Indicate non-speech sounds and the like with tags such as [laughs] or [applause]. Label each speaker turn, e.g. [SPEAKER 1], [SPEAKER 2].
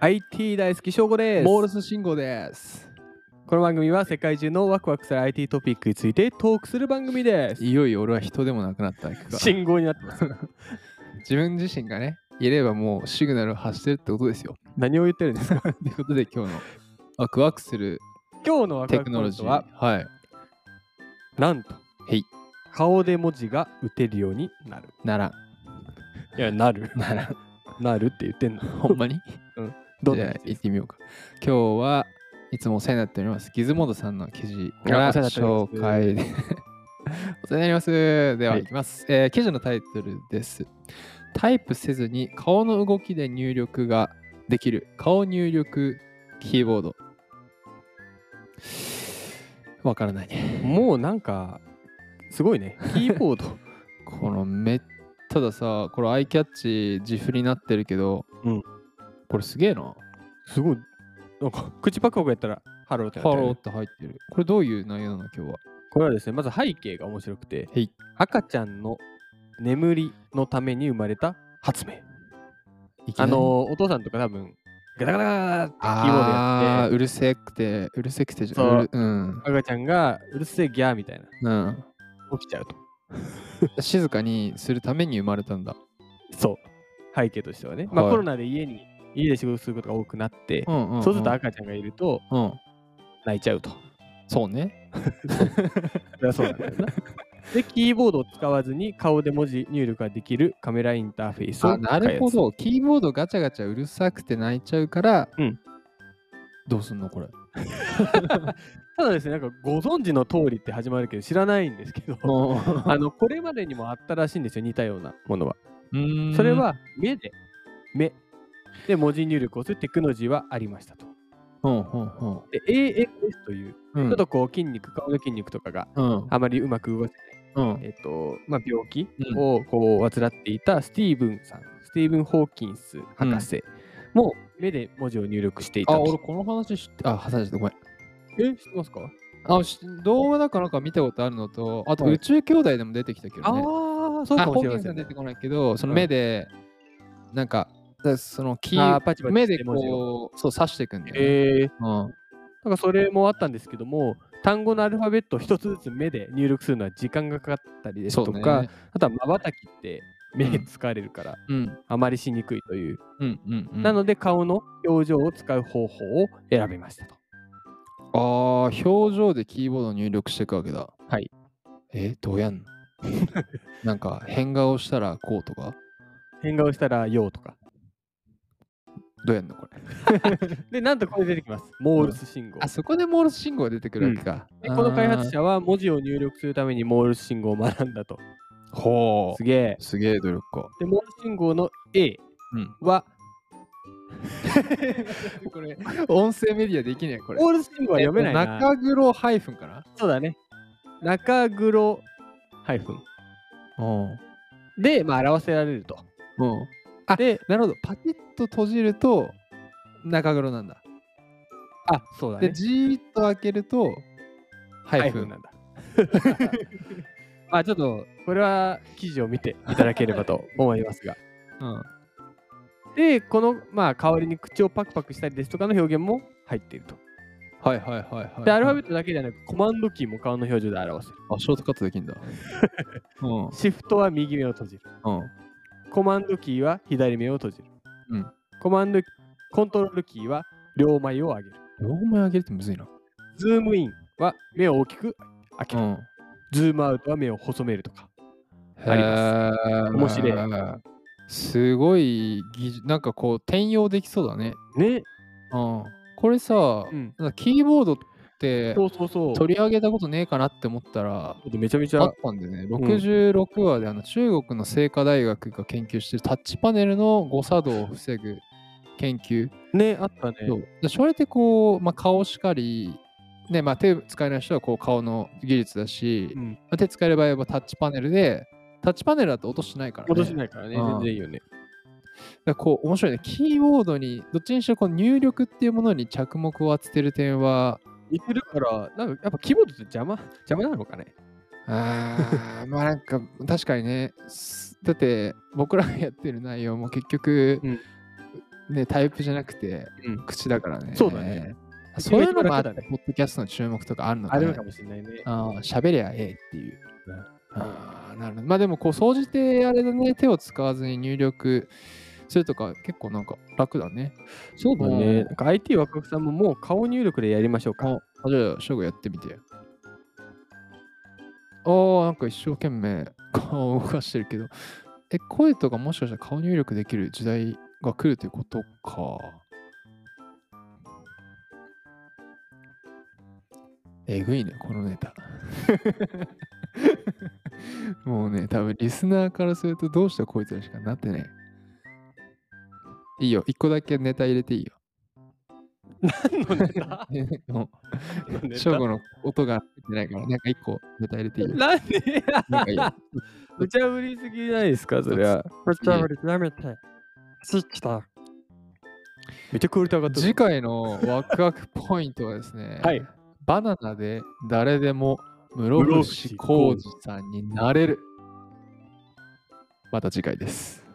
[SPEAKER 1] IT 大好き翔吾です
[SPEAKER 2] モールス信号です
[SPEAKER 1] この番組は世界中のワクワクする IT トピックについてトークする番組です
[SPEAKER 2] いよいよ俺は人でもなくなったわけか
[SPEAKER 1] 信号になってます
[SPEAKER 2] 自分自身がねいればもうシグナルを発してるってことですよ [laughs]
[SPEAKER 1] 何を言ってるんですか
[SPEAKER 2] ということで今日のワクワクする
[SPEAKER 1] [laughs] 今日のワク
[SPEAKER 2] テ
[SPEAKER 1] ワ
[SPEAKER 2] ク
[SPEAKER 1] ク
[SPEAKER 2] ノ
[SPEAKER 1] ポイ
[SPEAKER 2] ロ
[SPEAKER 1] ン
[SPEAKER 2] ジ
[SPEAKER 1] ト
[SPEAKER 2] ー
[SPEAKER 1] は
[SPEAKER 2] はい
[SPEAKER 1] なんと
[SPEAKER 2] へい
[SPEAKER 1] 顔で文字が打てるようになる
[SPEAKER 2] ならん
[SPEAKER 1] いやなる
[SPEAKER 2] ならん
[SPEAKER 1] なるって言ってんの
[SPEAKER 2] ほんまに
[SPEAKER 1] どん
[SPEAKER 2] じ
[SPEAKER 1] な
[SPEAKER 2] ゃあ
[SPEAKER 1] やつ
[SPEAKER 2] 行ってみようか今日はいつもお世話になっておりますギズモードさんの記事から
[SPEAKER 1] あお世話になってお
[SPEAKER 2] 紹
[SPEAKER 1] ります
[SPEAKER 2] 介で [laughs] お世話になりますでは
[SPEAKER 1] はい
[SPEAKER 2] いきます、えー記事のタイトルですタイプせずに顔の動きで入力ができる顔入力キーボードわからないね
[SPEAKER 1] もうなんかすごいねキーボード
[SPEAKER 2] このめたださこれアイキャッチ自負になってるけど、
[SPEAKER 1] うん
[SPEAKER 2] これすげえな
[SPEAKER 1] すごいなんか口パクパクやったらハローってな
[SPEAKER 2] ハ
[SPEAKER 1] ってる
[SPEAKER 2] ローって入ってるこれどういう内容なの今日は
[SPEAKER 1] これはですねまず背景が面白くて
[SPEAKER 2] はい
[SPEAKER 1] 赤ちゃんの眠りのために生まれた発明あのーお父さんとか多分ガタガタガタガタってキーボード
[SPEAKER 2] あ
[SPEAKER 1] やっ
[SPEAKER 2] あー
[SPEAKER 1] て
[SPEAKER 2] うるせくてうるせくてじゃ
[SPEAKER 1] そう
[SPEAKER 2] うるうん
[SPEAKER 1] 赤ちゃんがうるせえギャーみたいな
[SPEAKER 2] うん
[SPEAKER 1] 起きちゃうと
[SPEAKER 2] 静かにするために生まれたんだ
[SPEAKER 1] そう背景としてはね、まあ、
[SPEAKER 2] はい
[SPEAKER 1] コロナで家に家で仕事することが多くなって、
[SPEAKER 2] うんうん、うん、
[SPEAKER 1] そうすると赤ちゃんがいると
[SPEAKER 2] うん
[SPEAKER 1] 泣いちゃうと
[SPEAKER 2] そうね
[SPEAKER 1] そりゃそうなんだ
[SPEAKER 2] [laughs]
[SPEAKER 1] よなでキーボードを使わずに顔で文字入力ができるカメラインターフェースを
[SPEAKER 2] あなるほどキーボードガチャガチャうるさくて泣いちゃうから、
[SPEAKER 1] うん
[SPEAKER 2] どうすんのこれ
[SPEAKER 1] ただですね、なんかご存知の通りって始まるけど知らないんですけど、あのこれまでにもあったらしいんですよ、似たようなものは。
[SPEAKER 2] うん
[SPEAKER 1] それは目で、目で文字入力をするテクノロジーはありましたと。
[SPEAKER 2] うんうんうん
[SPEAKER 1] で、ALS という、
[SPEAKER 2] うん
[SPEAKER 1] ちょっとこう筋肉、顔の筋肉とかが
[SPEAKER 2] うん
[SPEAKER 1] あまりうまく動かせ
[SPEAKER 2] うん
[SPEAKER 1] ない、えっとまあ、病気
[SPEAKER 2] うん
[SPEAKER 1] をこう患っていたスティーブンさん、スティーブン・ホーキンス博士も目で文字を入力していた
[SPEAKER 2] あ、
[SPEAKER 1] と。
[SPEAKER 2] 俺この話知って、あ、挟んじゃった、ごめん。
[SPEAKER 1] え、知ってますか
[SPEAKER 2] あ、し動画だかなんか見たことあるのと、あと
[SPEAKER 1] はい
[SPEAKER 2] 宇宙兄弟でも出てきたけどね。
[SPEAKER 1] ああ、そう
[SPEAKER 2] あ、
[SPEAKER 1] かも
[SPEAKER 2] ホ
[SPEAKER 1] しれ
[SPEAKER 2] ーキ
[SPEAKER 1] ま
[SPEAKER 2] ン
[SPEAKER 1] せ
[SPEAKER 2] さ
[SPEAKER 1] ん
[SPEAKER 2] ん
[SPEAKER 1] ね
[SPEAKER 2] 出てこないけど、その
[SPEAKER 1] うん
[SPEAKER 2] 目で、なんか、だそのキ
[SPEAKER 1] あー
[SPEAKER 2] ー
[SPEAKER 1] パチパチ
[SPEAKER 2] 目で
[SPEAKER 1] して文字を
[SPEAKER 2] こう、そう、刺していくんだよね。
[SPEAKER 1] えー、
[SPEAKER 2] うん
[SPEAKER 1] なんかそれもあったんですけども、単語のアルファベットを一つずつ目で入力するのは時間がかかったりです
[SPEAKER 2] そう
[SPEAKER 1] と
[SPEAKER 2] ね
[SPEAKER 1] か、あとはまばたきって目
[SPEAKER 2] うん
[SPEAKER 1] 疲れるから、
[SPEAKER 2] うん
[SPEAKER 1] あまりしにくいという、
[SPEAKER 2] うんうんうん。
[SPEAKER 1] なので顔の表情を使う方法を選びましたと。
[SPEAKER 2] あー、表情でキーボードを入力していくわけだ。
[SPEAKER 1] はい。
[SPEAKER 2] え、どうやんの [laughs] なんか、変顔したらこうとか、
[SPEAKER 1] 変顔したらようとか。
[SPEAKER 2] どうやんのこれ。
[SPEAKER 1] で、なんとこれ出てきます。モールス信号。
[SPEAKER 2] あ、そこでモールス信号が出てくるわけか。
[SPEAKER 1] でこの開発
[SPEAKER 2] 者。
[SPEAKER 1] 者は文字を入力するためにモールス信号を学んだと。
[SPEAKER 2] ほ
[SPEAKER 1] すげえ。
[SPEAKER 2] う。すげえ努力家。
[SPEAKER 1] で、モールス信号の A
[SPEAKER 2] うん。
[SPEAKER 1] は、
[SPEAKER 2] これ、音声メディアできねえ、これ。
[SPEAKER 1] モールス信号は読めないな。
[SPEAKER 2] 中黒ハイフンかな
[SPEAKER 1] そうだね。中黒ハイフン。
[SPEAKER 2] うん。うん。
[SPEAKER 1] で、まあ、表せられると。
[SPEAKER 2] あ
[SPEAKER 1] で、
[SPEAKER 2] なるほど。パキッと閉じると、中黒なんだ。
[SPEAKER 1] あ、そうだね
[SPEAKER 2] で、。じーっと開けると、ハイフン。
[SPEAKER 1] なんだ。 [laughs] まあ、ちょっと、これは記事を見ていただければと思いますが。
[SPEAKER 2] うん。
[SPEAKER 1] [laughs] で、この、まあ、代わりに口をパクパクしたりですとかの表現も入っていると。
[SPEAKER 2] はいはいはいはい。
[SPEAKER 1] で、アルファベ
[SPEAKER 2] ッ
[SPEAKER 1] ットだけじゃなく、コマンドキーも顔の表情で表せる。
[SPEAKER 2] ト。あ、ショートカットできん [laughs] だ。うん。うん。
[SPEAKER 1] シフトは右目を閉じる。コマンドキーは左目を閉じる。
[SPEAKER 2] うん
[SPEAKER 1] コマンド、コントロールキーは両眉を上げる。
[SPEAKER 2] 両前上げるってむずいな。
[SPEAKER 1] ズームインは目を大きく開け
[SPEAKER 2] う
[SPEAKER 1] る。
[SPEAKER 2] ん。
[SPEAKER 1] ズームアウトは目を細めるとか。
[SPEAKER 2] へ
[SPEAKER 1] ありま
[SPEAKER 2] ー
[SPEAKER 1] 面白い。
[SPEAKER 2] すごい技術、なんかこう、転用できそうだね。
[SPEAKER 1] ね。
[SPEAKER 2] うん。これさ、
[SPEAKER 1] うん。
[SPEAKER 2] なんかキーボードって
[SPEAKER 1] そうそうそう。
[SPEAKER 2] 取り上げたことねえかなって思ったら、
[SPEAKER 1] めちゃめち
[SPEAKER 2] あ
[SPEAKER 1] ゃ
[SPEAKER 2] っ。たんでね、66話であの中国の清華大学が研究してるタッチパネルの誤作動を防ぐ研究。
[SPEAKER 1] ね、あったね。
[SPEAKER 2] そうでそれってこう、まあ、顔しかり、ねまあ、手使えない人はこう顔の技術だし、
[SPEAKER 1] うん
[SPEAKER 2] まあ手使える場合はタッチパネルで、タッチパネルだと音しないから、ね。
[SPEAKER 1] 戻し
[SPEAKER 2] だか
[SPEAKER 1] ないからね、
[SPEAKER 2] う
[SPEAKER 1] 全
[SPEAKER 2] ん
[SPEAKER 1] 然いいよね。
[SPEAKER 2] らこう面白いね。キーボードに、どっちにしろこう入力っていうものに着目を当ててる点は、
[SPEAKER 1] 似てるから、なんかやっぱキーボードって邪魔、邪魔なのかね。
[SPEAKER 2] あーまあなんか確かにねすだって僕らがやってる内容も結局、
[SPEAKER 1] うん
[SPEAKER 2] ね、タイプじゃなくて、
[SPEAKER 1] うん
[SPEAKER 2] 口だからね。
[SPEAKER 1] そうだね。
[SPEAKER 2] そういうのもあ
[SPEAKER 1] 口
[SPEAKER 2] っ
[SPEAKER 1] が一番楽だ
[SPEAKER 2] て、
[SPEAKER 1] ね
[SPEAKER 2] ポッドキャストの注目とかあるのか
[SPEAKER 1] あ
[SPEAKER 2] な、
[SPEAKER 1] るかもしれないね。
[SPEAKER 2] ああ、喋りゃええっていう。
[SPEAKER 1] うん
[SPEAKER 2] ああ、なるほど。まあでも、こう、総じてあれだね、手を使わずに入力するとか、結構なんか楽だね。
[SPEAKER 1] そうだね。
[SPEAKER 2] うん
[SPEAKER 1] なんか IT 若くさんももう顔入力でやりましょうか。
[SPEAKER 2] あじゃあ、翔吾やってみて。ああ、なんか一生懸命 [laughs] 顔を動かしてるけど、え、声とかもしかしたら顔入力できる時代が来るということか。えぐいね、このネタ。 [laughs] もうね、多分リスナーからするとどうしたこいつらしかなってね。いいよ、一個だけネタ入れていいよ。
[SPEAKER 1] 何 [laughs] のネタ
[SPEAKER 2] [laughs] もう
[SPEAKER 1] 何のネタ
[SPEAKER 2] 正午の音が出てないから、なんか一個ネタ入れていい
[SPEAKER 1] [laughs]
[SPEAKER 2] よ。
[SPEAKER 1] なんで
[SPEAKER 2] なんかいいよ
[SPEAKER 1] 無茶ぶりすぎないですかそれは。無
[SPEAKER 2] 茶ぶ
[SPEAKER 1] りやめて。スイッチだ。めっちゃクオリティ上がってる。
[SPEAKER 2] 次回のワクワクポイントはですね、
[SPEAKER 1] はい
[SPEAKER 2] バナナで誰でも室伏
[SPEAKER 1] 室伏
[SPEAKER 2] 広治さんになれる。また次回です。